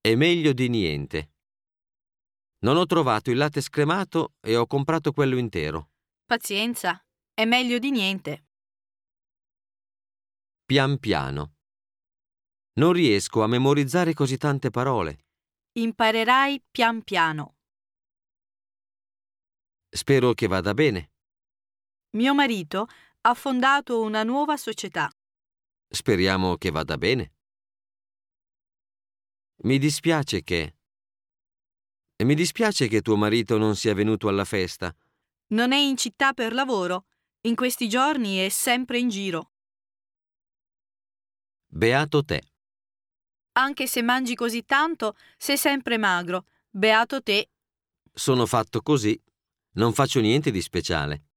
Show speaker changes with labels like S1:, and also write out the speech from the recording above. S1: È meglio di niente. Non ho trovato il latte scremato e ho comprato quello intero.
S2: Pazienza, è meglio di niente.
S1: Pian piano. Non riesco a memorizzare così tante parole.
S2: Imparerai pian piano.
S1: Spero che vada bene.
S2: Mio marito ha fondato una nuova società.
S1: Speriamo che vada bene. Mi dispiace che... E mi dispiace che tuo marito non sia venuto alla festa.
S2: Non è in città per lavoro. In questi giorni è sempre in giro.
S1: Beato te.
S2: Anche se mangi così tanto, sei sempre magro. Beato te.
S1: Sono fatto così. Non faccio niente di speciale.